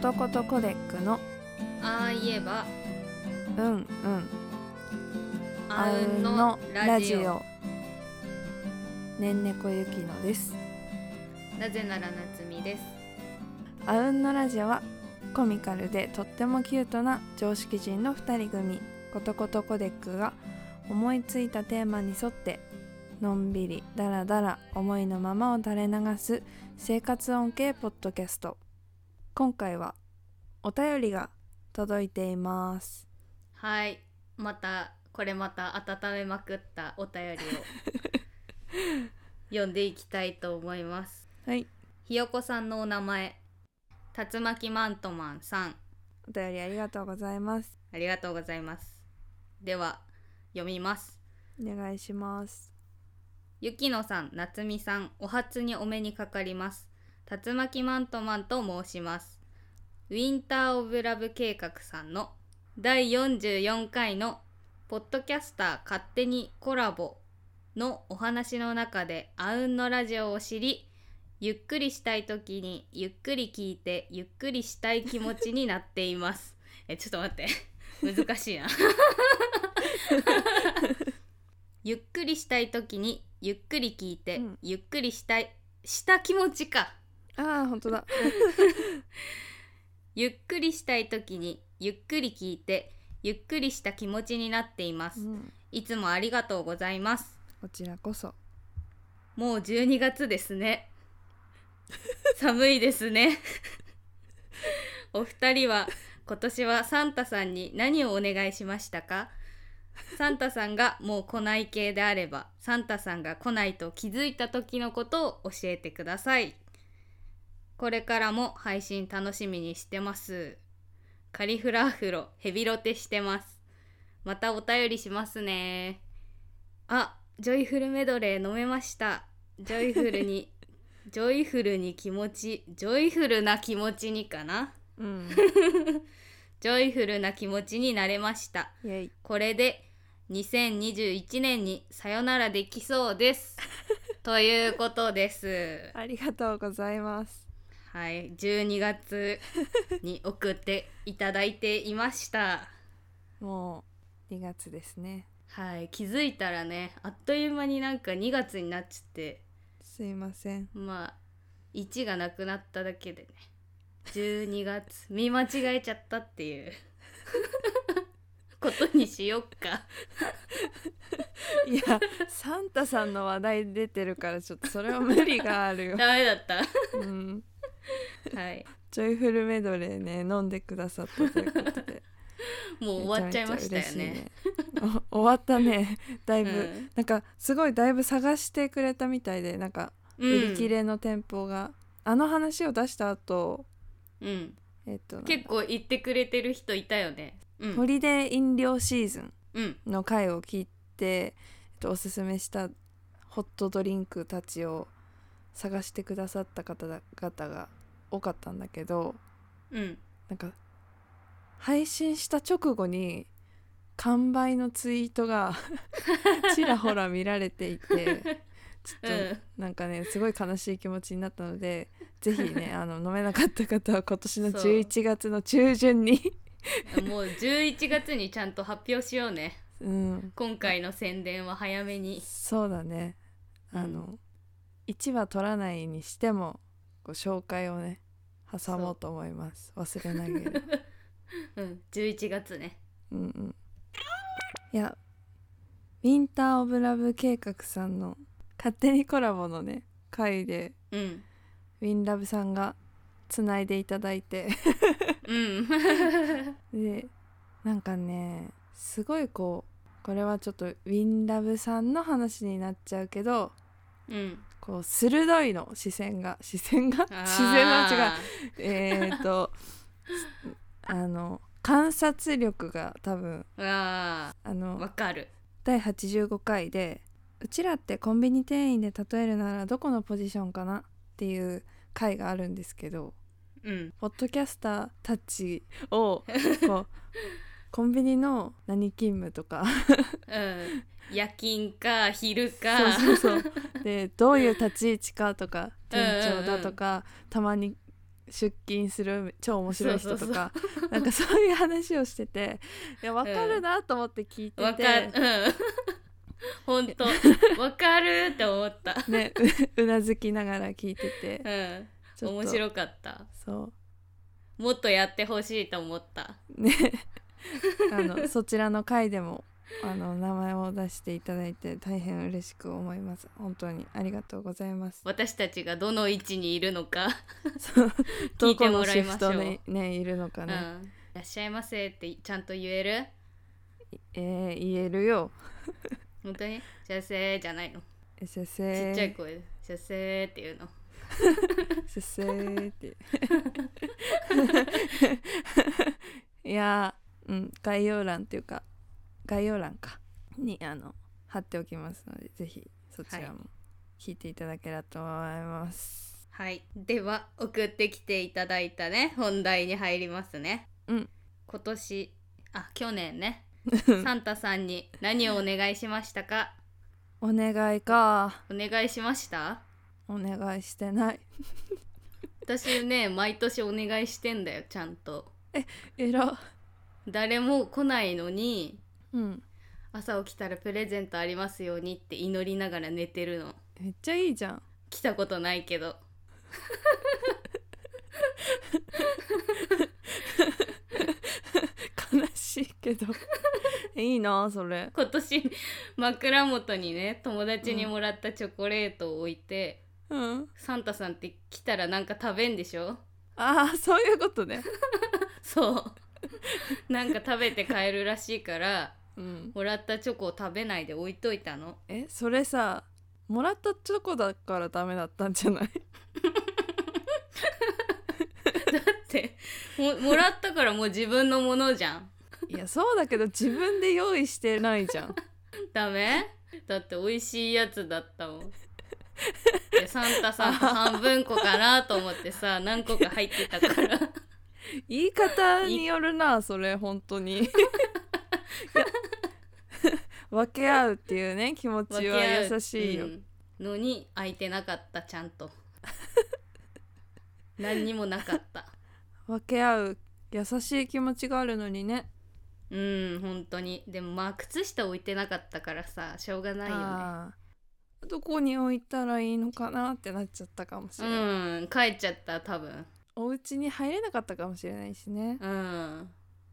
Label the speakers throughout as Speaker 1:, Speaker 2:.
Speaker 1: とことコデックの
Speaker 2: ああ言えば
Speaker 1: うんうん
Speaker 2: あうんのラジオ
Speaker 1: ねんねこゆきのです
Speaker 2: なぜなら夏美です
Speaker 1: あうんのラジオはコミカルでとってもキュートな常識人の2人組ことことコデックが思いついたテーマに沿ってのんびりだらだら思いのままを垂れ流す生活音系ポッドキャスト今回はお便りが届いています
Speaker 2: はいまたこれまた温めまくったお便りを 読んでいきたいと思います
Speaker 1: はい
Speaker 2: ひよこさんのお名前竜巻マントマンさん
Speaker 1: お便りありがとうございます
Speaker 2: ありがとうございますでは読みます
Speaker 1: お願いします
Speaker 2: ゆきのさん、なつみさん、お初にお目にかかります。竜巻マントマンと申します。ウィンター・オブ・ラブ計画さんの第44回のポッドキャスター勝手にコラボのお話の中であうんのラジオを知り、ゆっくりしたい時にゆっくり聞いてゆっくりしたい気持ちになっています。 え、ちょっと待って。難しいな。 ゆっくりしたい時にゆっくり聞いて、
Speaker 1: うん
Speaker 2: ゆっくりしたいした気持ちか
Speaker 1: ああ本当だ
Speaker 2: ゆっくりしたい時にゆっくり聞いてゆっくりした気持ちになっています、
Speaker 1: うん
Speaker 2: いつもありがとうございます
Speaker 1: こちらこそ
Speaker 2: もう12月ですね 寒いですねお二人は今年はサンタさんに何をお願いしましたかサンタさんがもう来ない系であればサンタさんが来ないと気づいた時のことを教えてくださいこれからも配信楽しみにしてますカリフラフロヘビロテしてますまたお便りしますねあジョイフルメドレー飲めましたジョイフルにジョイフルに気持ちジョイフルな気持ちにかな
Speaker 1: うん
Speaker 2: ジョイフルな気持ちになれました。
Speaker 1: イエイ
Speaker 2: これで2021年にさよならできそうです。ということです。
Speaker 1: ありがとうございます
Speaker 2: はい、12月に送っていただいていました。
Speaker 1: もう2月ですね
Speaker 2: はい、気づいたらね、あっという間になんか2月になっちゃって、
Speaker 1: すいません
Speaker 2: まあ1がなくなっただけでね、12月見間違えちゃったっていうことにしよっか。
Speaker 1: いやサンタさんの話題出てるからちょっとそれは無理がある よ、
Speaker 2: ダメだった。
Speaker 1: うん、
Speaker 2: はい、
Speaker 1: ジョイフルメドレーね飲んでくださったということ で
Speaker 2: もう終わっちゃいましたよ
Speaker 1: めちゃめちゃ嬉しい
Speaker 2: ね。
Speaker 1: お終わった ねだいぶ、
Speaker 2: うん
Speaker 1: なんかすごいだいぶ探してくれたみたいでなんか
Speaker 2: う
Speaker 1: 売り切
Speaker 2: ん、
Speaker 1: れの店舗が、あの話を出した後
Speaker 2: うん、
Speaker 1: えっとなんだ
Speaker 2: 結構言ってくれてる人いたよね。うん、
Speaker 1: ホリデー飲料シーズン
Speaker 2: うん、
Speaker 1: の回を聞いて、えっと、おすすめしたホットドリンクたちを探してくださった方々が多かったんだけど
Speaker 2: うん、
Speaker 1: なんか配信した直後に完売のツイート がちらほら見られていてちょっとなんかねすごい悲しい気持ちになったのでぜひねあの飲めなかった方は今年の
Speaker 2: そう
Speaker 1: 11月の中旬 に
Speaker 2: うん、もう11月にちゃんと発表しようね。
Speaker 1: うん
Speaker 2: 今回の宣伝は早めに。
Speaker 1: そうだね
Speaker 2: うん
Speaker 1: あの、1話取らないにしてもこう紹介をね挟もうと思います忘れないように
Speaker 2: うん、11月ね。
Speaker 1: うんうんいやウィンター・オブ・ラブ計画さんの勝手にコラボのね回で
Speaker 2: うん、
Speaker 1: ウィンラブさんがつないでいただいて
Speaker 2: うん、
Speaker 1: でなんかねすごいこうこれはちょっとウィンラブさんの話になっちゃうけど
Speaker 2: うん、
Speaker 1: こう鋭いの視線 が視線が
Speaker 2: あー
Speaker 1: 視線が違うえっと あの観察力が多分
Speaker 2: あ
Speaker 1: あ
Speaker 2: ー、わ
Speaker 1: の
Speaker 2: かる。
Speaker 1: 第85回で「うちらってコンビニ店員で例えるならどこのポジションかな?」っていう回があるんですけど
Speaker 2: うん、
Speaker 1: ポッドキャスターたちを こうコンビニの何勤務とか
Speaker 2: うん、夜勤か昼か。
Speaker 1: そうそうそうでどういう立ち位置かとか店長だとか、たまに出勤する超面白い人と
Speaker 2: そうそう
Speaker 1: かなんかそういう話をしてていや分かるなと思って聞いて
Speaker 2: わかる
Speaker 1: て、
Speaker 2: うん 本当わかるって思った
Speaker 1: ね、ううなずきながら聞いてて
Speaker 2: うん
Speaker 1: ちょっと
Speaker 2: 面白かった
Speaker 1: そう
Speaker 2: もっとやってほしいと思った
Speaker 1: ねあ のそちらの回でもあの名前を出していただいて大変嬉しく思います本当にありがとうございます
Speaker 2: 私たちがどの位置にいるのか、
Speaker 1: そう
Speaker 2: 聞
Speaker 1: ど
Speaker 2: いて
Speaker 1: こ
Speaker 2: も
Speaker 1: の
Speaker 2: ら
Speaker 1: シ
Speaker 2: いましょ
Speaker 1: フ
Speaker 2: う
Speaker 1: トにねいるのか
Speaker 2: うん、い
Speaker 1: ね、
Speaker 2: らっしゃいませってちゃんと言える
Speaker 1: えー言えるよ
Speaker 2: 本当に「先生」じゃないのち
Speaker 1: SSA
Speaker 2: っちゃい声で「先生」っていうの
Speaker 1: SSA っていやーうん概要欄っていうか概要欄かにあの貼っておきますのでぜひそちらも聞いていただければと思います、
Speaker 2: はいでは送ってきていただいたね本題に入りますね
Speaker 1: うん
Speaker 2: 今年あ去年 ねサンタさんに何をお願いしましたか
Speaker 1: お願いか
Speaker 2: お願いしました
Speaker 1: お願いしてない
Speaker 2: 私ね毎年お願いしてんだよちゃんと
Speaker 1: えら
Speaker 2: 誰も来ないのに
Speaker 1: うん
Speaker 2: 朝起きたらプレゼントありますようにって祈りながら寝てるの
Speaker 1: めっちゃいいじゃん
Speaker 2: 来たことないけど
Speaker 1: 悲しいけど いいなそれ
Speaker 2: 今年枕元にね友達にもらったチョコレートを置いて、
Speaker 1: うん
Speaker 2: サンタさんって来たらなんか食べんでしょ
Speaker 1: ああそういうことね
Speaker 2: そう なんか食べて帰るらしいから
Speaker 1: うん
Speaker 2: もらったチョコを食べないで置いといたの
Speaker 1: えそれさもらったチョコだからダメだったんじゃない
Speaker 2: だってももらったからもう自分のものじゃん
Speaker 1: いやそうだけど自分で用意してないじゃ ん
Speaker 2: ダメだって美味しいやつだったもんでサンタさんと半分こかなと思ってさ何個か入ってた から
Speaker 1: 言い方によるなそれ本当に いや分け合うっていうね気持ちは優しいよ、
Speaker 2: 分け合ううんのに空いてなかったちゃんと何にもなかった
Speaker 1: 分け合う優しい気持ちがあるのにね
Speaker 2: うん本当にでもまあ靴下置いてなかったからさしょうがないよね
Speaker 1: あーどこに置いたらいいのかなってなっちゃったかもしれない、
Speaker 2: うん帰っちゃった多分
Speaker 1: お家に入れなかったかもしれないしね
Speaker 2: うん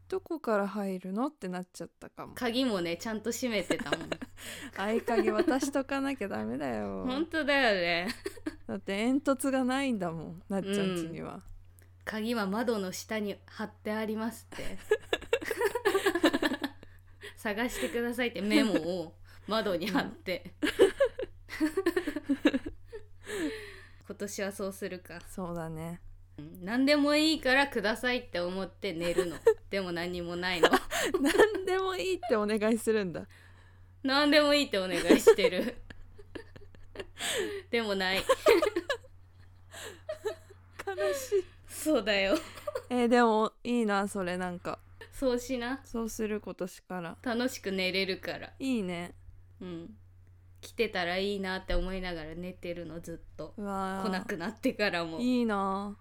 Speaker 1: どこから入るのってなっちゃった かも
Speaker 2: 鍵もねちゃんと閉めてたもん
Speaker 1: 合鍵渡しとかなきゃダメだ よ
Speaker 2: 本当だよね
Speaker 1: だって煙突がないんだもんなっちゃん家には、
Speaker 2: 鍵は窓の下に貼ってありますって探してくださいってメモを窓に貼って、今年はそうするか
Speaker 1: そうだね
Speaker 2: うん何でもいいからくださいって思って寝るのでも何にもないの
Speaker 1: 何 でもいいってお願いするん だ
Speaker 2: 何でもいいってお願いしてる でもない
Speaker 1: 悲しい
Speaker 2: そうだよ
Speaker 1: えーでもいいなそれなんか
Speaker 2: そうしな
Speaker 1: そうする今年から
Speaker 2: 楽しく寝れるから
Speaker 1: いいね
Speaker 2: うん来てたらいいなって思いながら寝てるのずっと
Speaker 1: うわー
Speaker 2: 来なくなってからも
Speaker 1: いいな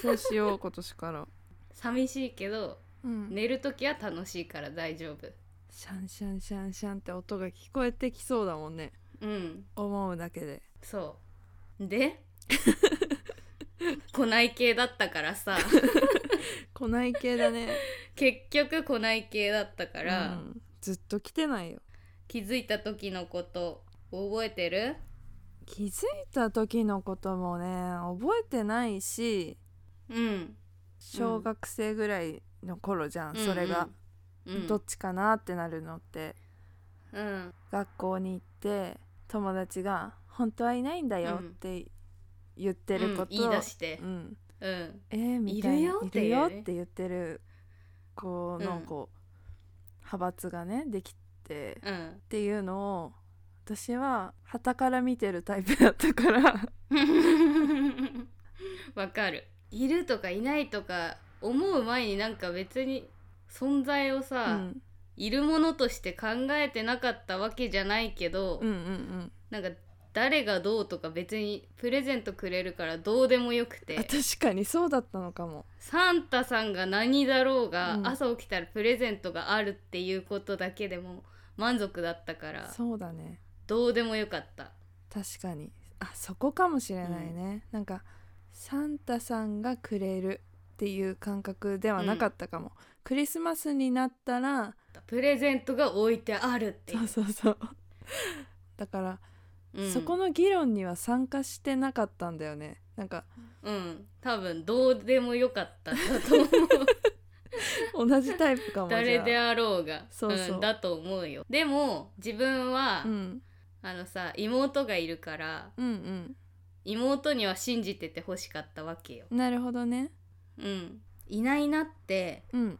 Speaker 1: そうしよう今年から、
Speaker 2: 寂しいけど
Speaker 1: うん、
Speaker 2: 寝る時は楽しいから大丈夫
Speaker 1: シャンシャンシャンシャンって音が聞こえてきそうだもんね
Speaker 2: うん
Speaker 1: 思うだけで
Speaker 2: そうで 来ない系だったからさ
Speaker 1: 来ない系だ ね
Speaker 2: 結局来ない系だったか、
Speaker 1: からうん、ずっと来てないよ
Speaker 2: 気づいた時のこと覚えてる
Speaker 1: 気づいた時のこともね覚えてないし
Speaker 2: うん
Speaker 1: 小学生ぐらいの頃じゃん、それが、
Speaker 2: うんうん
Speaker 1: どっちかなってなるのって
Speaker 2: うん
Speaker 1: 学校に行って友達が「本当はいないんだよ」って言ってること、
Speaker 2: うん言い出して
Speaker 1: うん
Speaker 2: うん
Speaker 1: えー、みたいない
Speaker 2: るよって
Speaker 1: いるよ
Speaker 2: いうね
Speaker 1: って言ってる子のこう、派閥がねできてっ
Speaker 2: うん
Speaker 1: ていうのを私は傍から見てるタイプだったから
Speaker 2: わかるいるとかいないとか思う前になんか別に存在を
Speaker 1: う
Speaker 2: さ、
Speaker 1: ん、
Speaker 2: いるものとして考えてなかったわけじゃないけど、
Speaker 1: うんうんうん
Speaker 2: なんか誰がどうとか別にプレゼントくれるからどうでもよく
Speaker 1: あ
Speaker 2: て
Speaker 1: 確かにそうだったのかも
Speaker 2: サンタさんが何だろうが、
Speaker 1: うん
Speaker 2: 朝起きたらプレゼントがあるっていうことだけでも満足だったから
Speaker 1: そうだね
Speaker 2: どうでもよかった
Speaker 1: 確かにあそこかもしれないね、なんかサンタさんがくれるっていう感覚ではなかったかも、クリスマスになったら
Speaker 2: プレゼントが置いてあるってい
Speaker 1: そう
Speaker 2: う、
Speaker 1: そうそう だから、
Speaker 2: うん、
Speaker 1: そこの議論には参加してなかったんだよねなん か
Speaker 2: うん多分どうでもよかったんだ と思う
Speaker 1: 同じタイプかも
Speaker 2: 誰
Speaker 1: じ
Speaker 2: で
Speaker 1: ゃ
Speaker 2: あろうが、
Speaker 1: そうそうん
Speaker 2: だと思うよでも自分は、
Speaker 1: あうん
Speaker 2: あのさ妹がいるから
Speaker 1: うん
Speaker 2: 妹には信じてて欲しかったわけよ
Speaker 1: うんなるほどね
Speaker 2: うんいないなって
Speaker 1: うん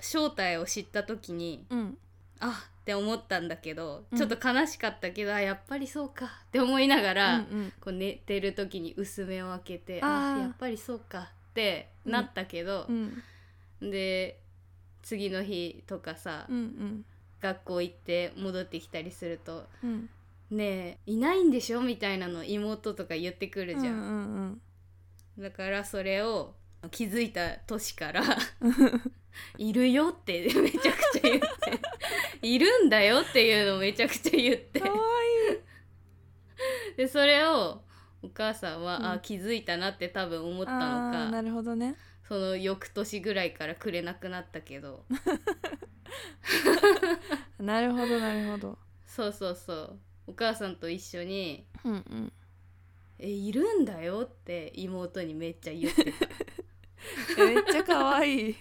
Speaker 2: 正体を知った時に
Speaker 1: うん
Speaker 2: あって思ったんだけど、
Speaker 1: うん
Speaker 2: ちょっと悲しかったけどあやっぱりそうかって思いながら、
Speaker 1: うんうん
Speaker 2: こう寝てる時に薄目を開けて
Speaker 1: あ
Speaker 2: あ
Speaker 1: ー
Speaker 2: やっぱりそうかってなったけど
Speaker 1: う、ん
Speaker 2: で次の日とかさ、
Speaker 1: うんうん
Speaker 2: 学校行って戻ってきたりすると
Speaker 1: うん
Speaker 2: 「ねえいないんでしょ?」みたいなの妹とか言 ってくるじゃ
Speaker 1: うん
Speaker 2: ん。
Speaker 1: うん
Speaker 2: だからそれを気づいた年から「 いるよ」ってめちゃくちゃ言って「いるんだよ」っていうのをめちゃくちゃ言って
Speaker 1: かわいい
Speaker 2: でそれをお母さんは、
Speaker 1: うん
Speaker 2: あ気づいたなって多分思った
Speaker 1: あー
Speaker 2: の
Speaker 1: な
Speaker 2: か
Speaker 1: るほどね
Speaker 2: その翌年ぐらいからくれなくなったけ ど
Speaker 1: なるほどなるほど
Speaker 2: そうそうそうお母さんと一緒に
Speaker 1: うんうん
Speaker 2: 「えいるんだよ」って妹にめっちゃ 言ってた
Speaker 1: めっちゃ可愛 い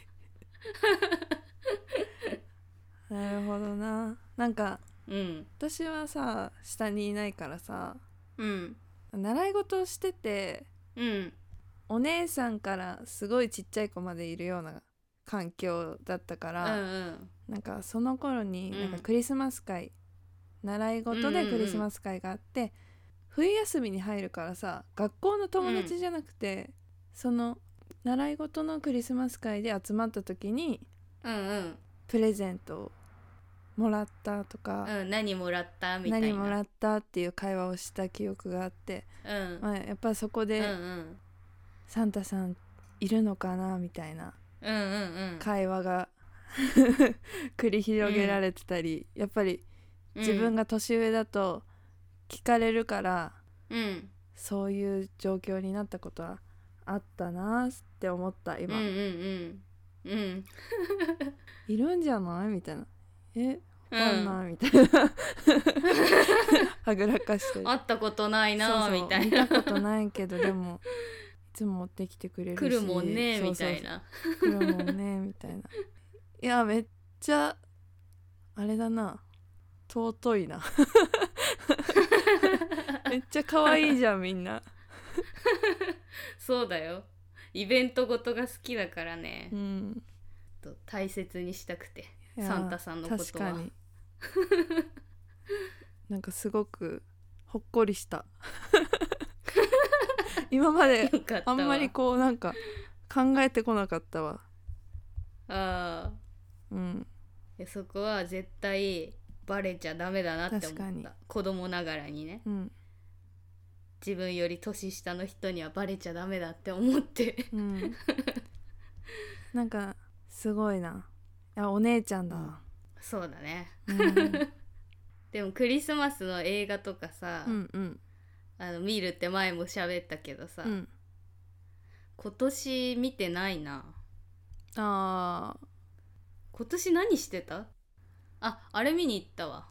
Speaker 1: なるほどななんか
Speaker 2: うん
Speaker 1: 私はさ下にいないからさ
Speaker 2: うん
Speaker 1: 習い事をしてて
Speaker 2: うん
Speaker 1: お姉さんからすごいちっちゃい子までいるような環境だったか
Speaker 2: うんう
Speaker 1: ら、
Speaker 2: ん
Speaker 1: なんかその頃に
Speaker 2: うん
Speaker 1: なんかクリスマス会、習い事でクリスマス会があって、冬休みに入るからさ学校の友達じゃなくて、その習い事のクリスマス会で集まった時に
Speaker 2: うんうん
Speaker 1: プレゼントをもらったとか、
Speaker 2: うん何もらったみたいな
Speaker 1: 何もらったっていう会話をした記憶があって、
Speaker 2: うん、
Speaker 1: まあ、やっぱそこ
Speaker 2: うんう
Speaker 1: で
Speaker 2: ん
Speaker 1: サンタさんいるのかなみたいな
Speaker 2: うんうんうん
Speaker 1: 会話が 繰り広げられてたり、やっぱり自分が年上だと聞かれるから、
Speaker 2: うん
Speaker 1: そういう状況になったことはあったなって思った
Speaker 2: うん
Speaker 1: 今、
Speaker 2: うんうんうんうん
Speaker 1: いるんじゃないみたいなえ
Speaker 2: う
Speaker 1: わかん
Speaker 2: ん
Speaker 1: ないみたいな はぐらかしてる
Speaker 2: 会ったことないな
Speaker 1: そうそう
Speaker 2: みたい
Speaker 1: 見
Speaker 2: な
Speaker 1: たことないけどで もいつも持ってきてくれるし
Speaker 2: 来るもんね
Speaker 1: そう
Speaker 2: み
Speaker 1: そう
Speaker 2: たいな
Speaker 1: 来るもんね みたいないやめっちゃあれだな尊い なめっちゃ可愛いじゃんみん な
Speaker 2: そうだよイベントごとが好きだからね、
Speaker 1: うん
Speaker 2: と大切にしたくて
Speaker 1: いや
Speaker 2: サンタさんのことは
Speaker 1: 確かになんかすごくほっこりした 今まで
Speaker 2: よかった
Speaker 1: あ
Speaker 2: わ
Speaker 1: んまりこうなんか考えてこなかったわ
Speaker 2: あ
Speaker 1: うん
Speaker 2: ーいやそこは絶対バレちゃダメだなって思
Speaker 1: 確か
Speaker 2: っ
Speaker 1: に
Speaker 2: た子供ながらにね
Speaker 1: うん
Speaker 2: 自分より年下の人にはバレちゃダメだって思って
Speaker 1: うんなんかすごいなあお姉ちゃんだわ、
Speaker 2: そうだね
Speaker 1: うん、うん
Speaker 2: でもクリスマスの映画とかさ、
Speaker 1: うん
Speaker 2: あの見るって前も喋ったけどさ、
Speaker 1: うん
Speaker 2: 今年見てないな
Speaker 1: あ
Speaker 2: 今年何してたああれ見に行ったわ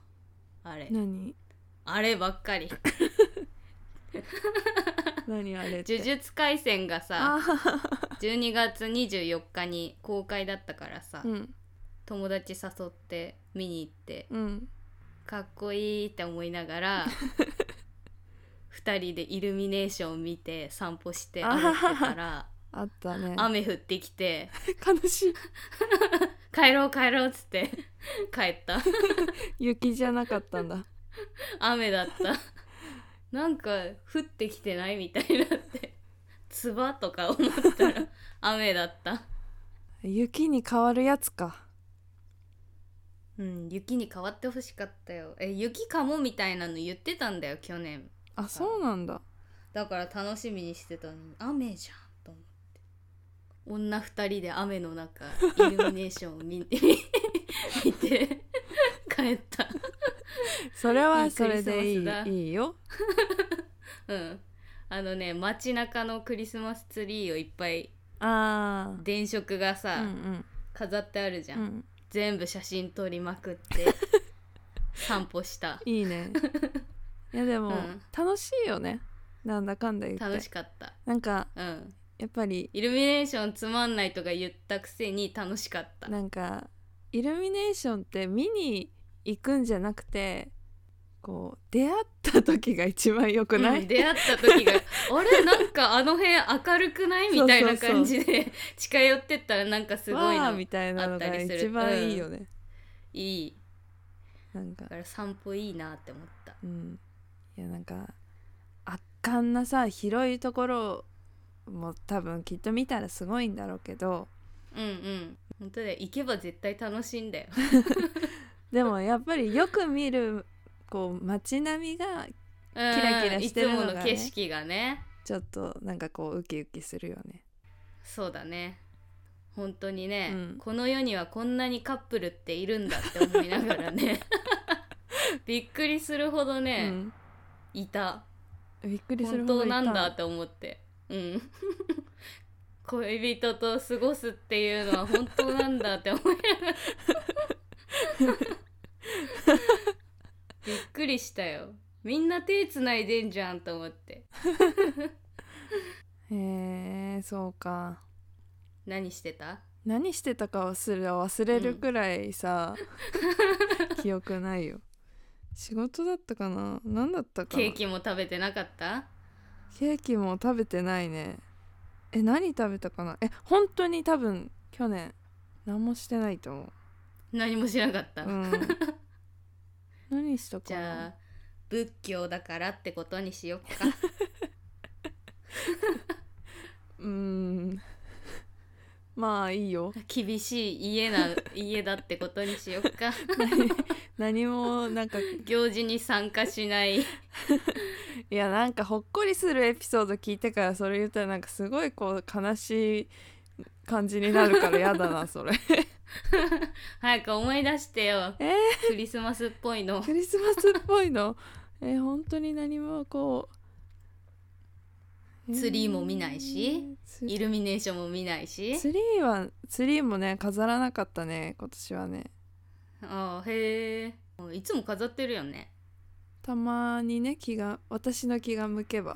Speaker 2: あれ
Speaker 1: ー何
Speaker 2: あれば っかり
Speaker 1: 何あれって
Speaker 2: 呪術廻戦がさ
Speaker 1: あー
Speaker 2: 12月24日に公開だったからさ、
Speaker 1: うん
Speaker 2: 友達誘って見に行って
Speaker 1: うん
Speaker 2: かっこいいって思いな がら二人でイルミネーション見て散歩して歩いてたら
Speaker 1: あったね
Speaker 2: 雨降ってきて
Speaker 1: 悲しい
Speaker 2: 「帰ろう帰ろう」っつって 帰った
Speaker 1: 雪じゃなかったんだ
Speaker 2: 雨だったなんか降ってきてないみたいになってつばとか思ったら雨だった
Speaker 1: 雪に変わるやつか
Speaker 2: うん雪に変わってほしかったよえ雪かもみたいなの言ってたんだよ去年
Speaker 1: あそうなんだ
Speaker 2: だから楽しみにしてたのに雨じゃんと思って女二人で雨の中イルミネーションを見 見て帰った
Speaker 1: それはそれでい
Speaker 2: いいクリス
Speaker 1: い
Speaker 2: マスだ
Speaker 1: いいよ
Speaker 2: うんあのね街中のクリスマスツリーをいっぱい
Speaker 1: あ
Speaker 2: 電飾が
Speaker 1: あ
Speaker 2: さ、
Speaker 1: うん
Speaker 2: 飾ってあるじゃ
Speaker 1: うん
Speaker 2: ん、
Speaker 1: うん
Speaker 2: 全部写真撮りまくって 散歩した
Speaker 1: いい ねいやでも、
Speaker 2: うん
Speaker 1: 楽しいよねなんだかんだ言っ
Speaker 2: 楽してかった
Speaker 1: なんか
Speaker 2: うん
Speaker 1: やっぱり
Speaker 2: イルミネーションつまんないとか言ったくせに楽しかった
Speaker 1: なんかイルミネーションって見に行くんじゃなくてこう出会った時が一番良くない、
Speaker 2: うん出会った 時があれなんかあの辺明るくないみたいな感じで近寄ってったらなんかすごい
Speaker 1: わあ
Speaker 2: のい
Speaker 1: みたいなのが一番いいよね、
Speaker 2: い
Speaker 1: なんか
Speaker 2: だから散歩いいなって思った
Speaker 1: うんいやなんか圧巻なさ広いところも多分きっと見たらすごいんだろうけど
Speaker 2: うんうん本当だよ行けば絶対楽しいんだよ
Speaker 1: でもやっぱりよく見るこう街並みが
Speaker 2: キラ
Speaker 1: ラ キラしてるのがね
Speaker 2: いつもの景色がね
Speaker 1: ちょっとなんかこうウキウキするよね
Speaker 2: そうだね本当にね、
Speaker 1: うん
Speaker 2: この世にはこんなにカップルっているんだって思いながら ねびっくりするほどね、いた
Speaker 1: うん、びっくりする
Speaker 2: 本
Speaker 1: ほど
Speaker 2: 当
Speaker 1: い
Speaker 2: な
Speaker 1: た
Speaker 2: んだって思ってうん恋人と過ごすっていうのは本当なんだって思いながらびっくりしたよみんな手つないでんじゃんと思って
Speaker 1: へえそうか
Speaker 2: 何してた
Speaker 1: 何してたか忘れ忘れるくらいさ、記憶ないよ仕事だったかな何だったかな
Speaker 2: ケーキも食べてなかった
Speaker 1: ケーキも食べてないねえ何食べたかなえ本当に多分去年何もしてないと思う
Speaker 2: 何もしなかった、
Speaker 1: うん 何したか
Speaker 2: じ
Speaker 1: な
Speaker 2: ゃあ仏教だからってことにしよっか
Speaker 1: うーん まあいい よ
Speaker 2: 厳しい家な家だってことにしよっか
Speaker 1: 何 もなんかい
Speaker 2: 行事に参加しない
Speaker 1: やなんかほっこりするエピソード聞いてからそれ言ったらなんかすごいこう悲しい感じになるからやだなそ れ
Speaker 2: 早く思い出してよ
Speaker 1: えー
Speaker 2: クリスマスっぽ いの
Speaker 1: クリスマスっぽいの えー本当に何もこう
Speaker 2: ツリーも見ないし
Speaker 1: えーツ
Speaker 2: イルミネーションも見ないし
Speaker 1: ツリーはツリーもね飾らなかったね今年はね
Speaker 2: ああへえいつも飾ってる よね
Speaker 1: たまにね気が私の気が向け ば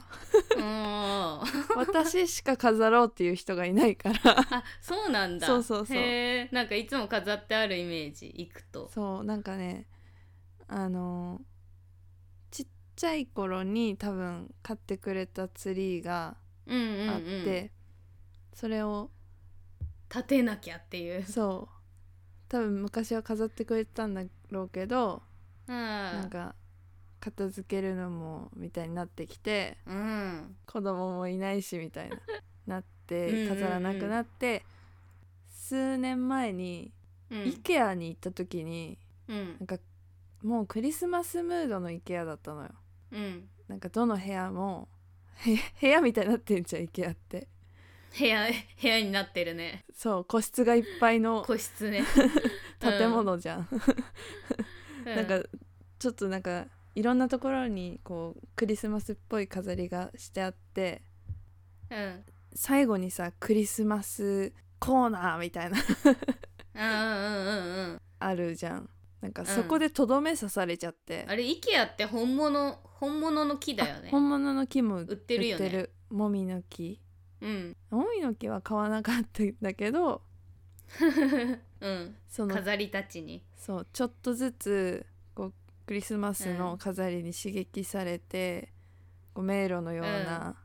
Speaker 2: うんあ
Speaker 1: 私しか飾ろうっていう人がいないから
Speaker 2: そうなんだ
Speaker 1: そうそうそう
Speaker 2: へえなんかいつも飾ってあるイメージ行くと
Speaker 1: そうなんかねあのちっちゃい頃に多分買ってくれたツリーが
Speaker 2: うんうん、うん、
Speaker 1: あって、それを
Speaker 2: 立てなきゃっていう
Speaker 1: そう多分昔は飾ってくれてたんだろうけど
Speaker 2: うん
Speaker 1: なんか片付けるのもみたいになってきて
Speaker 2: うん
Speaker 1: 子供もいないしみたい ななっ
Speaker 2: うんうんう
Speaker 1: て
Speaker 2: ん
Speaker 1: 飾らなくなって、数年前に
Speaker 2: うん
Speaker 1: IKEA に行った時に
Speaker 2: うん
Speaker 1: なんかもうクリスマスムードの IKEA だったのよ
Speaker 2: うん
Speaker 1: なんかどの部屋もへ部屋みたいになってんじゃん IKEA って
Speaker 2: 部屋部屋になってるね
Speaker 1: そう個室がいっぱいの
Speaker 2: 個室ね
Speaker 1: 建物じゃん
Speaker 2: う ん
Speaker 1: なんかちょっとなんかいろんなところにこうクリスマスっぽい飾りがしてあって
Speaker 2: うん
Speaker 1: 最後にさクリスマスコーナーみたいな
Speaker 2: うんうんうんうん
Speaker 1: あるじゃんなんか
Speaker 2: ん
Speaker 1: そこでとどめ刺されちゃって、
Speaker 2: あれ IKEA って本物本物の木だよね
Speaker 1: 本物の木も売っ
Speaker 2: 売ってるよね
Speaker 1: もみの木
Speaker 2: うん
Speaker 1: もみの木は買わなかったんだけど
Speaker 2: うん
Speaker 1: その
Speaker 2: 飾りたちに
Speaker 1: そうちょっとずつこうクリスマス
Speaker 2: う
Speaker 1: の
Speaker 2: ん
Speaker 1: 飾りに刺激されて、こう迷路のような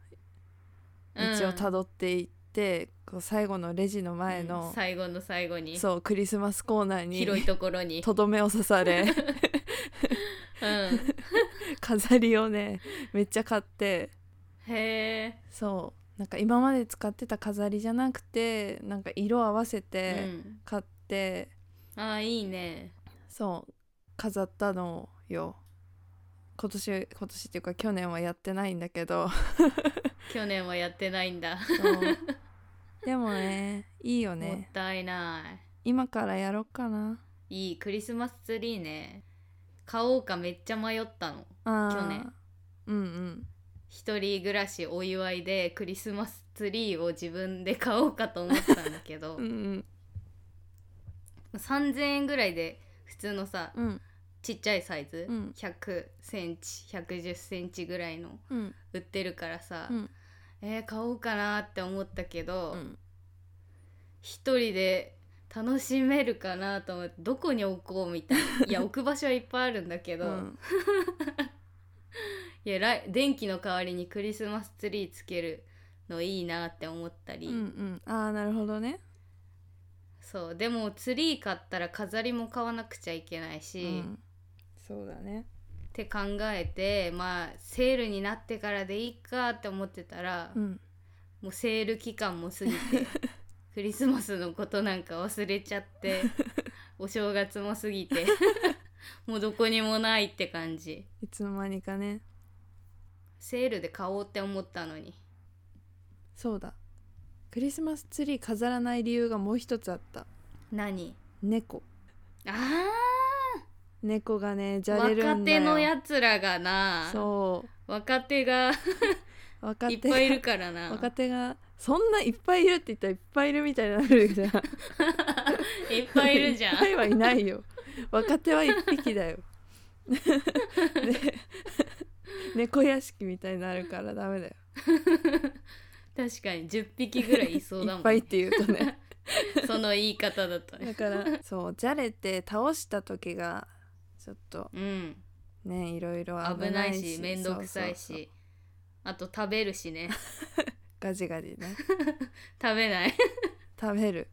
Speaker 1: 道をた
Speaker 2: ど
Speaker 1: どっていって、こう最後のレジの前の、
Speaker 2: 最後の最後に
Speaker 1: そうクリスマスコーナー
Speaker 2: 広い
Speaker 1: に
Speaker 2: ところに
Speaker 1: とどめを刺さ れ
Speaker 2: うん
Speaker 1: 飾りをねめっちゃ買って
Speaker 2: へ
Speaker 1: そうなんか今まで使ってた飾りじゃなくてなんか色合わせ
Speaker 2: えう
Speaker 1: て
Speaker 2: ん
Speaker 1: 買って、
Speaker 2: あーいいね
Speaker 1: そう飾ったのよ今年今年っていうか去年はやってないんだけど
Speaker 2: 去年はやってないんだ、
Speaker 1: そう でもねいいよ
Speaker 2: もっ
Speaker 1: ね
Speaker 2: たいない
Speaker 1: 今からやろっかない
Speaker 2: いクリスマスツリーね買おうかめっちゃ迷ったの
Speaker 1: あー
Speaker 2: 去年
Speaker 1: うんうん
Speaker 2: 一人暮らしお祝いでクリスマスツリーを自分で買おうかと思ったんだけど、
Speaker 1: うんうん
Speaker 2: 3000円ぐらいで普通のさ
Speaker 1: うん
Speaker 2: ちっちゃいサイズ、
Speaker 1: うん
Speaker 2: 100センチ110センチぐらいの
Speaker 1: うん
Speaker 2: 売ってるからさ、
Speaker 1: うん
Speaker 2: えー買おうかなって思ったけど、
Speaker 1: うん
Speaker 2: 一人で楽しめるかなと思ってどこに置こうみたい ないや置く場所はいっぱいあるんだけど、
Speaker 1: うん
Speaker 2: いやライ電気の代わりにクリスマスツリーつけるのいいなって思ったり、
Speaker 1: うんああなるほどね
Speaker 2: そうでもツリー買ったら飾りも買わなくちゃいけないし、
Speaker 1: うんそうだね
Speaker 2: って考えてまあセールになってからでいいかって思ってたら、
Speaker 1: うん
Speaker 2: もうセール期間も 過ぎてクリスマスのことなんか忘れちゃって お正月も過ぎてもうどこにもないって感じ
Speaker 1: いつの間にかね
Speaker 2: セールで買おうって思ったのに
Speaker 1: そうだクリスマスツリー飾らない理由がもう一つあった
Speaker 2: 何
Speaker 1: 猫
Speaker 2: あ
Speaker 1: 猫がねじ
Speaker 2: ー
Speaker 1: ゃれる
Speaker 2: 若
Speaker 1: んだよ
Speaker 2: 手のやつらがな
Speaker 1: そ
Speaker 2: 若手が
Speaker 1: う若手
Speaker 2: いっぱいいるからな
Speaker 1: 若手がそんないっぱいいるって言ったらいっぱいいるみたいになるじゃんいっ
Speaker 2: いっぱいいるじゃん
Speaker 1: ぱいはいないよ若手は一匹だよ で猫屋敷みたいになるからダメだよ
Speaker 2: 確かに10匹ぐらいいそう
Speaker 1: い
Speaker 2: だも
Speaker 1: っ
Speaker 2: ん
Speaker 1: ぱいって言うと ね
Speaker 2: その言い方だとね
Speaker 1: だからそうじゃれて倒した時がちょっと
Speaker 2: うん
Speaker 1: ねいろいろ
Speaker 2: 危
Speaker 1: 危
Speaker 2: な
Speaker 1: ないい
Speaker 2: し
Speaker 1: し
Speaker 2: めんどくさいし
Speaker 1: そうそうそう
Speaker 2: あと食べるしね
Speaker 1: ガジガジね
Speaker 2: 食べない
Speaker 1: 食べる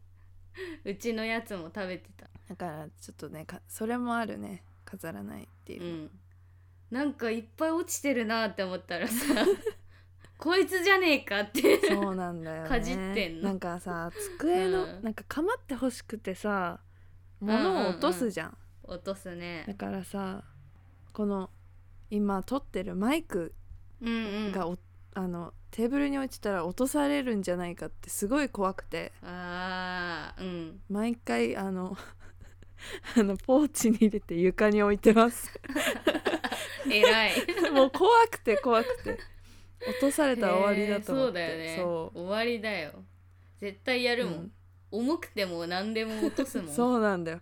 Speaker 2: うちのやつも食べてた
Speaker 1: だからちょっとねかそれもあるね飾らないっていうう、
Speaker 2: んなんかいっぱい落ちてるなって思っ たらさこいつじゃねえかって
Speaker 1: そうなんだよね
Speaker 2: かじってんの
Speaker 1: なんかさ机の、
Speaker 2: うん
Speaker 1: なんか構ってほしくてさ物を落とすじゃん,、
Speaker 2: 落とすね
Speaker 1: だからさこの今撮ってるマイク
Speaker 2: うんうん
Speaker 1: がお、あのテーブルに落ちたら落とされるんじゃないかってすごい怖くて
Speaker 2: あーうん
Speaker 1: 毎回あの あのポーチに入れて床に置いてます
Speaker 2: 偉い
Speaker 1: もう怖くて怖くて落とされたら終わりだと思って
Speaker 2: へーそうだよね
Speaker 1: そう
Speaker 2: 終わりだよ絶対やるもん、
Speaker 1: うん
Speaker 2: 重くても何でも落とすもん
Speaker 1: そうなんだよ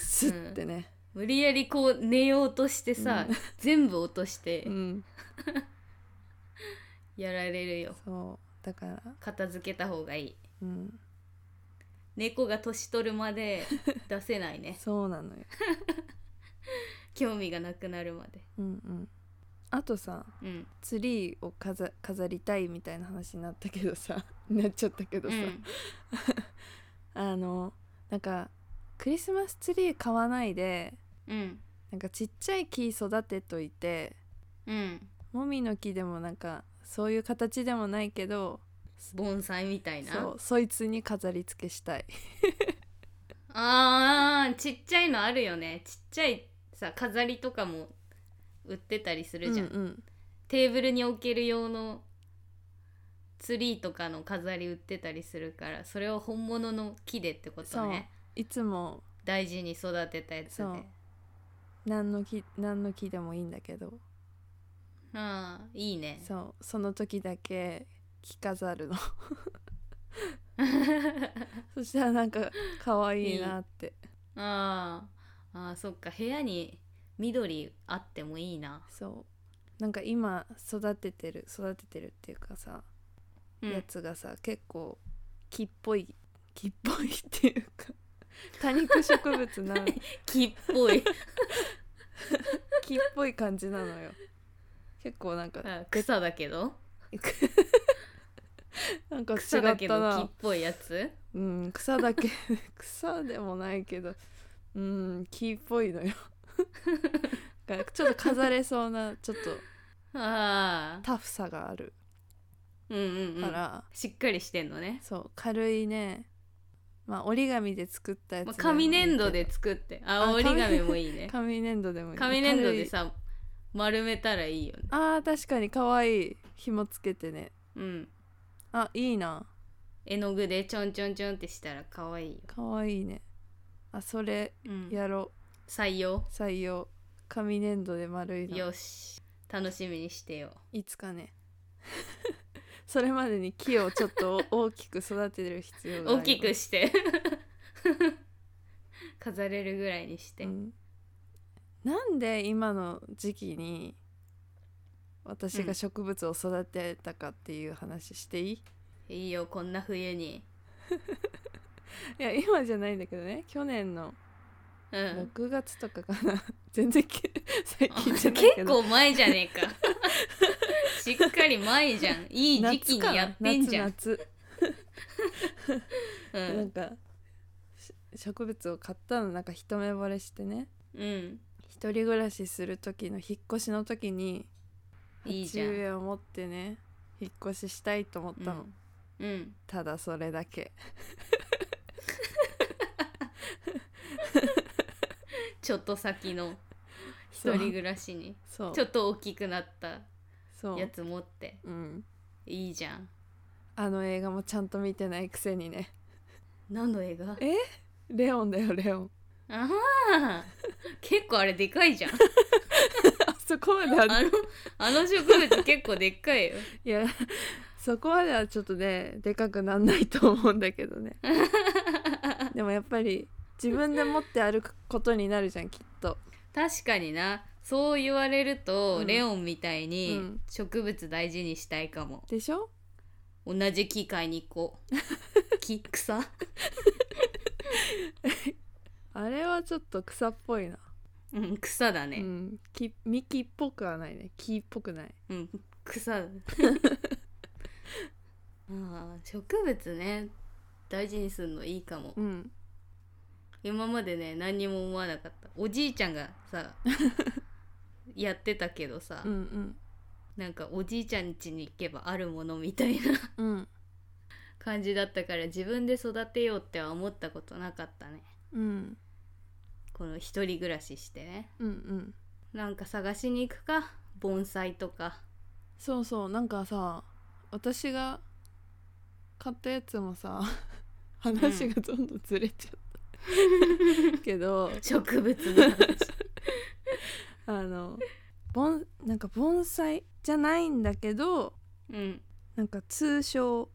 Speaker 1: スッてね、
Speaker 2: 無理やりこう寝ようとしてさ、
Speaker 1: う
Speaker 2: 全部落として
Speaker 1: うん、
Speaker 2: やられるよ
Speaker 1: そうだから
Speaker 2: 片付けた方がいい
Speaker 1: うん
Speaker 2: 猫が年取るまで出せない ね
Speaker 1: そうなのよ
Speaker 2: 興味がなくなるまで
Speaker 1: うんうんあとさ
Speaker 2: うん、
Speaker 1: ツリーを飾飾りたいみたいな話になったけどさ なっちゃったけど
Speaker 2: う
Speaker 1: さ、
Speaker 2: ん、
Speaker 1: あのなんかクリスマスツリー買わないで
Speaker 2: うん
Speaker 1: なんかちっちゃい木育てといて
Speaker 2: うん
Speaker 1: もみの木でもなんかそういう形でもないけど
Speaker 2: 盆栽みたいな
Speaker 1: そうそいつに飾り付けしたい
Speaker 2: あーちっちゃいのあるよねちっちゃいさ飾りとかも売ってたりするじゃん、
Speaker 1: うんうん、
Speaker 2: テーブルに置ける用のツリーとかの飾り売ってたりするからそれを本物の木でってことね
Speaker 1: いつも
Speaker 2: 大事に育てたやつで
Speaker 1: そう何の木何の木でもいいんだけど
Speaker 2: ああいいね
Speaker 1: そうその時だけ着飾るの そしたらなんか可愛いなって
Speaker 2: あーあーそっか部屋に緑あってもいいな、
Speaker 1: そうなんか今育ててる育ててるっていうかさ、
Speaker 2: うん
Speaker 1: やつがさ結構木っぽい木っぽいっていう か多肉植物な
Speaker 2: 木っぽい
Speaker 1: 木っぽい感じなのよ結構なんか
Speaker 2: あ草だけど
Speaker 1: なんか違
Speaker 2: 草だけ
Speaker 1: った
Speaker 2: ど木っ
Speaker 1: な
Speaker 2: ぽいやつ
Speaker 1: うん草だけ草でもないけどうん木っぽいのよがちょっと飾れそうなちょっと
Speaker 2: ああ
Speaker 1: タフさがある
Speaker 2: うんうんう
Speaker 1: か
Speaker 2: ん
Speaker 1: ら、
Speaker 2: しっかりしてんのね、
Speaker 1: そう軽いねまあ折り紙で作ったやつ
Speaker 2: まあ、
Speaker 1: でもいいけど
Speaker 2: 紙粘土で作ってあ
Speaker 1: あ
Speaker 2: 折り紙
Speaker 1: 紙
Speaker 2: もいいね
Speaker 1: 紙粘土でもいい
Speaker 2: 紙粘土でさ丸めたらいいよね
Speaker 1: あー確かに可愛い紐つけてね
Speaker 2: うん
Speaker 1: あいいな
Speaker 2: 絵の具でちょんちょんちょんってしたら可愛いよ、
Speaker 1: 可愛いねあそれ
Speaker 2: うん、
Speaker 1: やろ
Speaker 2: 採用
Speaker 1: う採用紙粘土で丸いの
Speaker 2: よし楽しみにしてよ
Speaker 1: いつかね それまでに木をちょっと大きく育てる必要がある
Speaker 2: 大きくして 飾れるぐらいにして、
Speaker 1: うんなんで今の時期に私が植物を育てたかっていう話していい、
Speaker 2: いいよこんな冬に
Speaker 1: いや今じゃないんだけどね去年の
Speaker 2: うん
Speaker 1: 6月とかかな、 全然け最
Speaker 2: あ
Speaker 1: 近じ
Speaker 2: 結
Speaker 1: ゃないけど
Speaker 2: 構前じゃねえかしっかり前じ ゃんいい時期にやってんじゃん
Speaker 1: 夏か
Speaker 2: う
Speaker 1: な夏夏なん
Speaker 2: ん
Speaker 1: かし植物を買ったのなんか一目惚れしてね
Speaker 2: うん
Speaker 1: 一人暮らしする時の引っ越しの時に
Speaker 2: いい
Speaker 1: 鉢
Speaker 2: じゃん
Speaker 1: 植えを持ってね引っ越ししたいと思ったの、
Speaker 2: うん、うん
Speaker 1: ただそれだけ
Speaker 2: ちょっと先の一
Speaker 1: そう
Speaker 2: 人暮らしに
Speaker 1: そう
Speaker 2: ちょっと大きくなった
Speaker 1: そう
Speaker 2: やつ持って
Speaker 1: うん、
Speaker 2: いいじゃん
Speaker 1: あの映画もちゃんと見てないくせにね
Speaker 2: 何の映画
Speaker 1: えレオンだよレオン
Speaker 2: ああ結構あれで かいじゃん
Speaker 1: あそこまでは
Speaker 2: あのあの植物結構でっかいよ
Speaker 1: いやそこまではちょっとねでかくなんないと思うんだけどねでもやっぱり自分で持って歩くことになるじゃんきっと
Speaker 2: 確かになそう言われると、
Speaker 1: うん
Speaker 2: レオンみたいうに
Speaker 1: ん
Speaker 2: 植物大事にしたいかも
Speaker 1: でしょ
Speaker 2: 同じ機械にこう木草
Speaker 1: あれはちょっと草っぽいな、
Speaker 2: うん草だ
Speaker 1: う
Speaker 2: ね、
Speaker 1: ん木幹っぽくはないね木っぽくない
Speaker 2: うん草ああ植物ね大事にするのいいかも、
Speaker 1: うん
Speaker 2: 今までね何にも思わなかったおじいちゃんがさやってたけどさ、
Speaker 1: うん
Speaker 2: なんかおじいちゃん家に行けばあるものみたいな
Speaker 1: うんうん
Speaker 2: 感じだったから自分で育てようっては思ったことなかったね
Speaker 1: うん
Speaker 2: この一人暮らししてね
Speaker 1: うんうん
Speaker 2: なんか探しに行くか盆栽とか
Speaker 1: そうそうなんかさ私が買ったやつもさ話がどんどんずれちゃった、けど
Speaker 2: 植物の話
Speaker 1: あの盆なんか盆栽じゃないんだけど
Speaker 2: うん
Speaker 1: なんか通称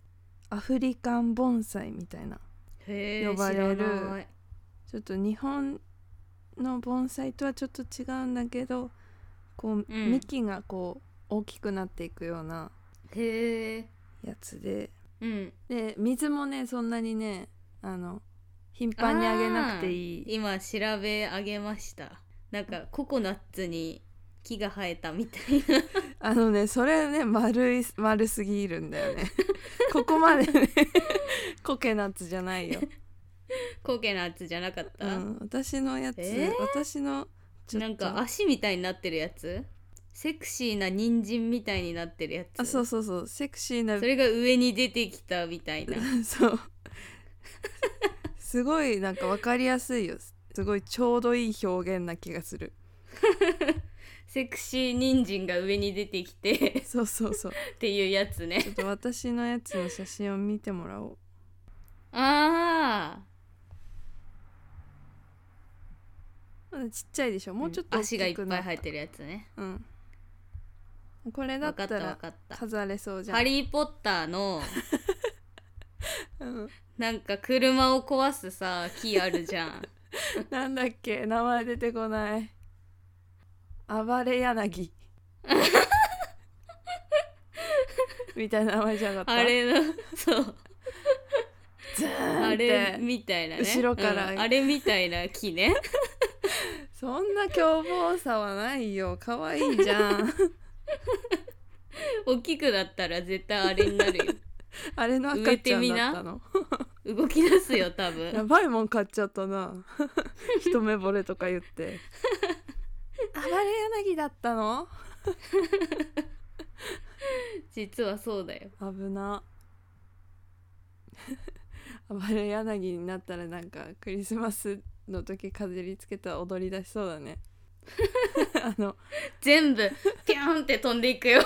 Speaker 1: アフリカン盆栽みたいな
Speaker 2: へえ
Speaker 1: 呼ばれる
Speaker 2: 知らない
Speaker 1: ちょっと日本の盆栽とはちょっと違うんだけどこう、
Speaker 2: うん
Speaker 1: 幹がこう大きくなっていくような
Speaker 2: へえ
Speaker 1: やつで
Speaker 2: うん
Speaker 1: で水もねそんなにねあの頻繁にあげなくていい
Speaker 2: 今調べ上げましたなんかココナッツに木が生えたみたい な
Speaker 1: あのねそれね丸い丸すぎるんだよ ねここまでね コケナッツじゃないよ、
Speaker 2: コケナッツじゃなかった、
Speaker 1: うん、私のやつ、
Speaker 2: えー
Speaker 1: 私のちょっと
Speaker 2: なんか足みたいになってるやつセクシーな人参みたいになってるやつ
Speaker 1: あそうそうそうセクシーな
Speaker 2: それが上に出てきたみたいな
Speaker 1: そうすごいなんか分かりやすいよすごいちょうどいい表現な気がする
Speaker 2: セクシー人参が上に出てきて
Speaker 1: そうそうそう
Speaker 2: っていうやつね
Speaker 1: ちょっと私のやつの写真を見てもらおう
Speaker 2: あ
Speaker 1: まだちっちゃいでしょ
Speaker 2: あ
Speaker 1: もうちょっと大
Speaker 2: 足がい
Speaker 1: き
Speaker 2: っぱ
Speaker 1: く
Speaker 2: い
Speaker 1: な
Speaker 2: 生えて
Speaker 1: る
Speaker 2: るやつね
Speaker 1: うんこれだ
Speaker 2: 分
Speaker 1: っ
Speaker 2: か
Speaker 1: た
Speaker 2: った分
Speaker 1: ら
Speaker 2: かった
Speaker 1: 飾れそうじ
Speaker 2: 「
Speaker 1: ゃん
Speaker 2: ハリー・ポッター」の
Speaker 1: うん、
Speaker 2: なんか車を壊すさ木あるじ ゃん
Speaker 1: なんだっけ名前出てこない暴れ 柳みたいな名前じゃなかった
Speaker 2: あれのそう
Speaker 1: ズーン
Speaker 2: あ
Speaker 1: って
Speaker 2: れみたいなね
Speaker 1: 後ろから
Speaker 2: うんあれみたいな 木ね
Speaker 1: そんな凶暴さはないよ可愛いじゃ ん
Speaker 2: 大きくなったら絶対あれになる よ
Speaker 1: あれの赤ちゃんだったの
Speaker 2: 動き出すよ多
Speaker 1: や
Speaker 2: 分
Speaker 1: ばいもん買っちゃった な一目惚れとか言って暴れ柳だったの
Speaker 2: 実はそうだよ
Speaker 1: 危な 暴れ柳になったらなんかクリスマスの時飾りつけたら踊り出しそうだね あの
Speaker 2: 全部ピャンって飛んでい くよ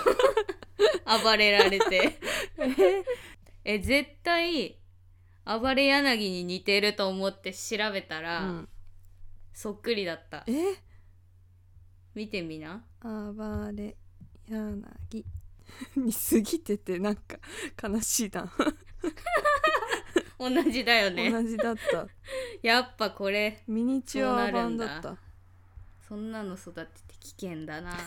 Speaker 2: 暴れられてえ絶対暴れ柳に似てると思って調べた
Speaker 1: う
Speaker 2: ら、
Speaker 1: ん、
Speaker 2: そっくりだった
Speaker 1: え
Speaker 2: 見てみな
Speaker 1: 暴れ柳 に過ぎててなんか悲しいな、
Speaker 2: 同じだよね
Speaker 1: 同じだ った
Speaker 2: やっぱこれ
Speaker 1: ミニチュア版だった
Speaker 2: そうなそんなの育てて危険 だな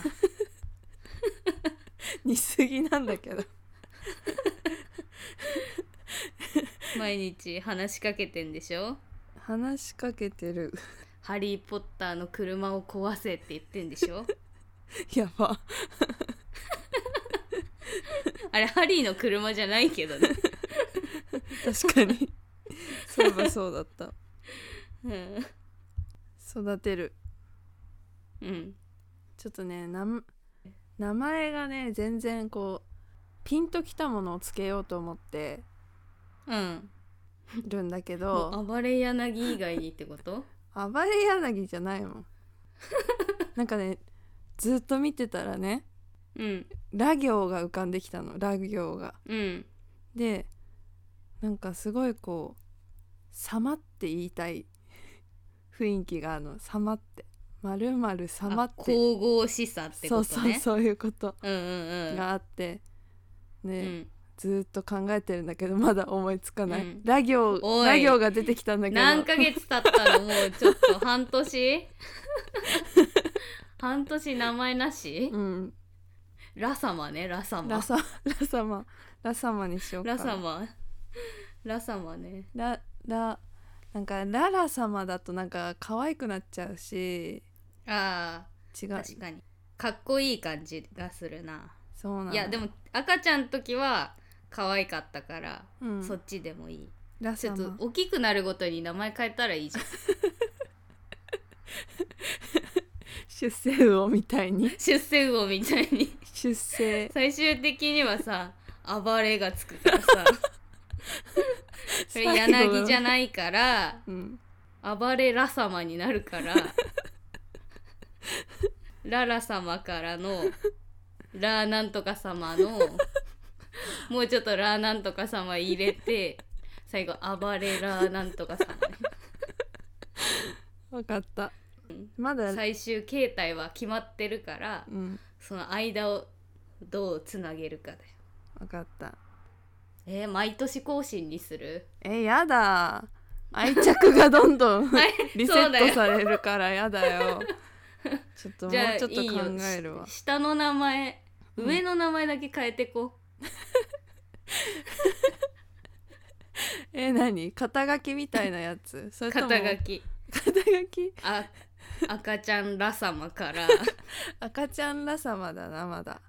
Speaker 1: 似すぎなんだけ ど
Speaker 2: 毎日話しかけてんでしょ
Speaker 1: 話しかけてる
Speaker 2: 「ハリー・ポッターの車を壊せ」って言ってんで しょ
Speaker 1: やば
Speaker 2: あれハリーの車じゃないけどね、
Speaker 1: 確か にそうだそうだった
Speaker 2: うん
Speaker 1: 育てる
Speaker 2: うん、
Speaker 1: ちょっとねなん名前がね全然こうピンときたものをつけようと思って
Speaker 2: うん
Speaker 1: るんだけ
Speaker 2: も
Speaker 1: ど
Speaker 2: う暴れ柳以外にってこと
Speaker 1: 暴れ柳じゃないも んなんかねずっと見てたらね
Speaker 2: うん
Speaker 1: ラ行が浮かんできたのラ行が
Speaker 2: うん
Speaker 1: でなんかすごいこう「様」って言いたい雰囲気があるの「様」って「まるまる様」
Speaker 2: あ
Speaker 1: って
Speaker 2: 神々しさって
Speaker 1: そ
Speaker 2: こ
Speaker 1: う
Speaker 2: と
Speaker 1: そう
Speaker 2: ねう
Speaker 1: そういうこと
Speaker 2: んうんうん
Speaker 1: があって、
Speaker 2: う
Speaker 1: ね、
Speaker 2: ん
Speaker 1: ずーっと考えてるんだけどま だ思いつかない、
Speaker 2: うん
Speaker 1: ラ行
Speaker 2: おい
Speaker 1: ラ行が出てきたんだけど
Speaker 2: 何ヶ月経ったのもうちょっと 半年半年名前なし、
Speaker 1: うん
Speaker 2: ラサマねラサマ
Speaker 1: ラサラサマラサマにしようかな
Speaker 2: ラサマラサマね
Speaker 1: ララなんかララ様だとなんか可愛くなっちゃうし
Speaker 2: あ
Speaker 1: 違
Speaker 2: ー
Speaker 1: う
Speaker 2: 確かにかっこいい感じがするな
Speaker 1: そうなんだ
Speaker 2: いやでも赤ちゃんの時は可愛かったから、
Speaker 1: うん
Speaker 2: そっちでもいい
Speaker 1: ラ
Speaker 2: ちょ
Speaker 1: サ
Speaker 2: っと
Speaker 1: マ
Speaker 2: 大きくなるごとに名前変えたらいいじゃん
Speaker 1: 出世魚みたいに
Speaker 2: 出世魚みたい に
Speaker 1: 出世
Speaker 2: 最終的にはさ暴れがつくからさそれ柳じゃ
Speaker 1: ん、
Speaker 2: ないから
Speaker 1: うん、
Speaker 2: 暴れら様になるから ララ様からのラなんとか様のもうちょっとラなんとか様入れて最後暴れラなんとか様
Speaker 1: 分かったまだ、
Speaker 2: ね最終形態は決まってるから
Speaker 1: うん、
Speaker 2: その間をどうつなげるかだよ
Speaker 1: 分かった
Speaker 2: えー毎年更新にする
Speaker 1: えやだ愛着がどんどん
Speaker 2: はい
Speaker 1: リセ
Speaker 2: そうだ
Speaker 1: ッ
Speaker 2: よ
Speaker 1: トされるからやだよちょっともう
Speaker 2: じゃあ
Speaker 1: ちょっと考える
Speaker 2: いいよ
Speaker 1: わ
Speaker 2: し下の名前
Speaker 1: うん
Speaker 2: 上の名前だけ変えてこ
Speaker 1: え何肩書きみたいなや つそうれとも
Speaker 2: 肩書き
Speaker 1: 肩書き
Speaker 2: あ赤ちゃんら様 から
Speaker 1: 赤ちゃんら様だなまだ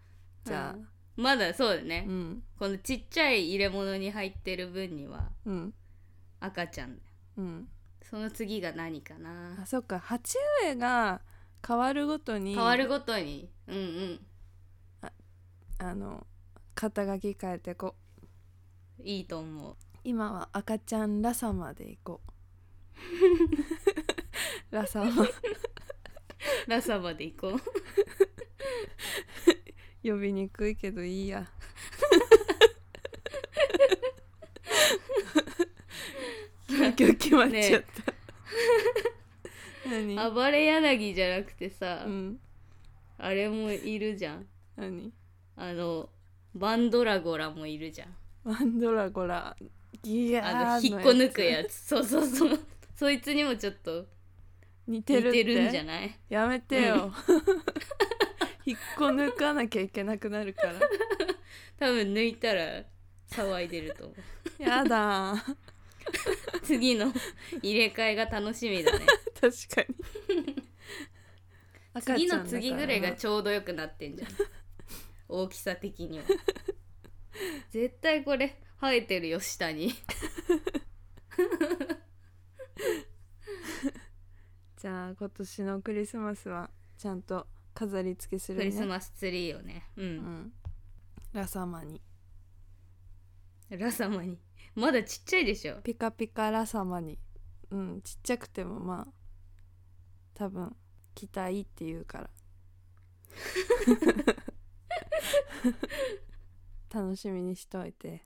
Speaker 1: じゃ
Speaker 2: まだそうだ
Speaker 1: あ
Speaker 2: ね、
Speaker 1: うん
Speaker 2: このちっちゃい入れ物に入ってる分には
Speaker 1: うん
Speaker 2: 赤ちゃん
Speaker 1: うん
Speaker 2: その次が何か
Speaker 1: あ
Speaker 2: な
Speaker 1: そっか鉢植えが変わるごとに
Speaker 2: 変わるごとにうんうん
Speaker 1: あの肩書き変えてこう
Speaker 2: いいと思う
Speaker 1: 今は赤ちゃんら様でいこ う ら様
Speaker 2: ラサまで行こう
Speaker 1: 呼びにくいけどいいや急遽決まっちゃった、何
Speaker 2: 暴れ柳じゃなくてさ、
Speaker 1: うん
Speaker 2: あれもいるじゃん
Speaker 1: 何
Speaker 2: あのバンドラゴラもいるじゃん
Speaker 1: ワンドラゴラギ
Speaker 2: あ
Speaker 1: ガ
Speaker 2: の引っこ抜くやつそうそうそうそいつにもちょっと
Speaker 1: 似て
Speaker 2: 似
Speaker 1: るって
Speaker 2: てるんじゃ ない
Speaker 1: やめてよ、 引っこ抜かなきゃいけなくなるから
Speaker 2: 多分抜いたら騒いでると思う
Speaker 1: やだー
Speaker 2: 次の入れ替えが楽しみだね
Speaker 1: 確かに
Speaker 2: 次の次ぐらいが
Speaker 1: ょ
Speaker 2: ちょうどよくなってんじゃん大きさ的には絶対これ生えてるよ下に
Speaker 1: じゃあ今年のクリスマスはちゃんと飾り付けする
Speaker 2: ク
Speaker 1: ね
Speaker 2: リスマスツリーをねう、
Speaker 1: うんんラサマに
Speaker 2: ラサマにまだちっちゃいでしょ
Speaker 1: ピカピカラサマにうんちっちゃくてもまあ多分きたいって言う から楽しみにしといて、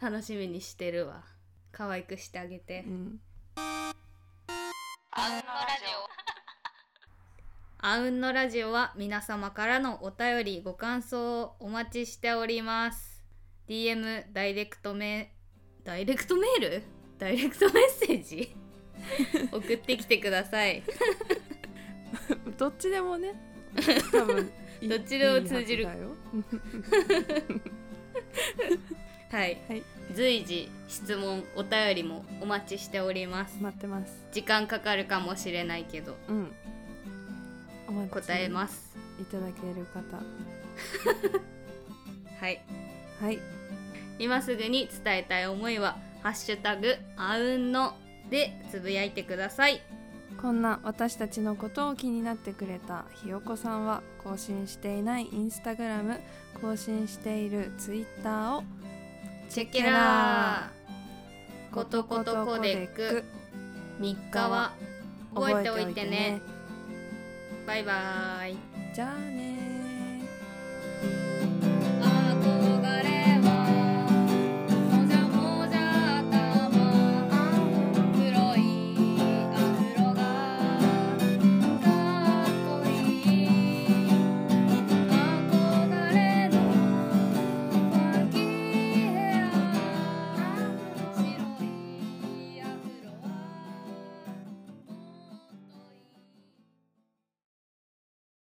Speaker 2: 楽しみにしてるわ可愛くしてあげて
Speaker 1: うん、
Speaker 2: あうんのラジオは皆様からのお便りご感想をお待ちしております DM ダイレクトメダイレクトメールダイレクトメッセージ送ってきてください
Speaker 1: どっちで もね多分い
Speaker 2: どっちでも通じる
Speaker 1: いいはずだよ
Speaker 2: はい、
Speaker 1: はい
Speaker 2: 随時質問お便りもお待ちしております
Speaker 1: 待ってます
Speaker 2: 時間かかるかもしれないけど
Speaker 1: うんお待ち
Speaker 2: 答えます
Speaker 1: いただける方
Speaker 2: はい
Speaker 1: はい
Speaker 2: 今すぐに伝えたい思いは「ハッシュタグあうんの」でつぶやいてください
Speaker 1: こんな私たちのことを気になってくれたひよこさんは更新していないインスタグラム更新しているツイッターを
Speaker 2: チェ
Speaker 1: ケラ
Speaker 2: ーコトコトコデック3日は覚えておいてねバイバーイ
Speaker 1: じゃあねー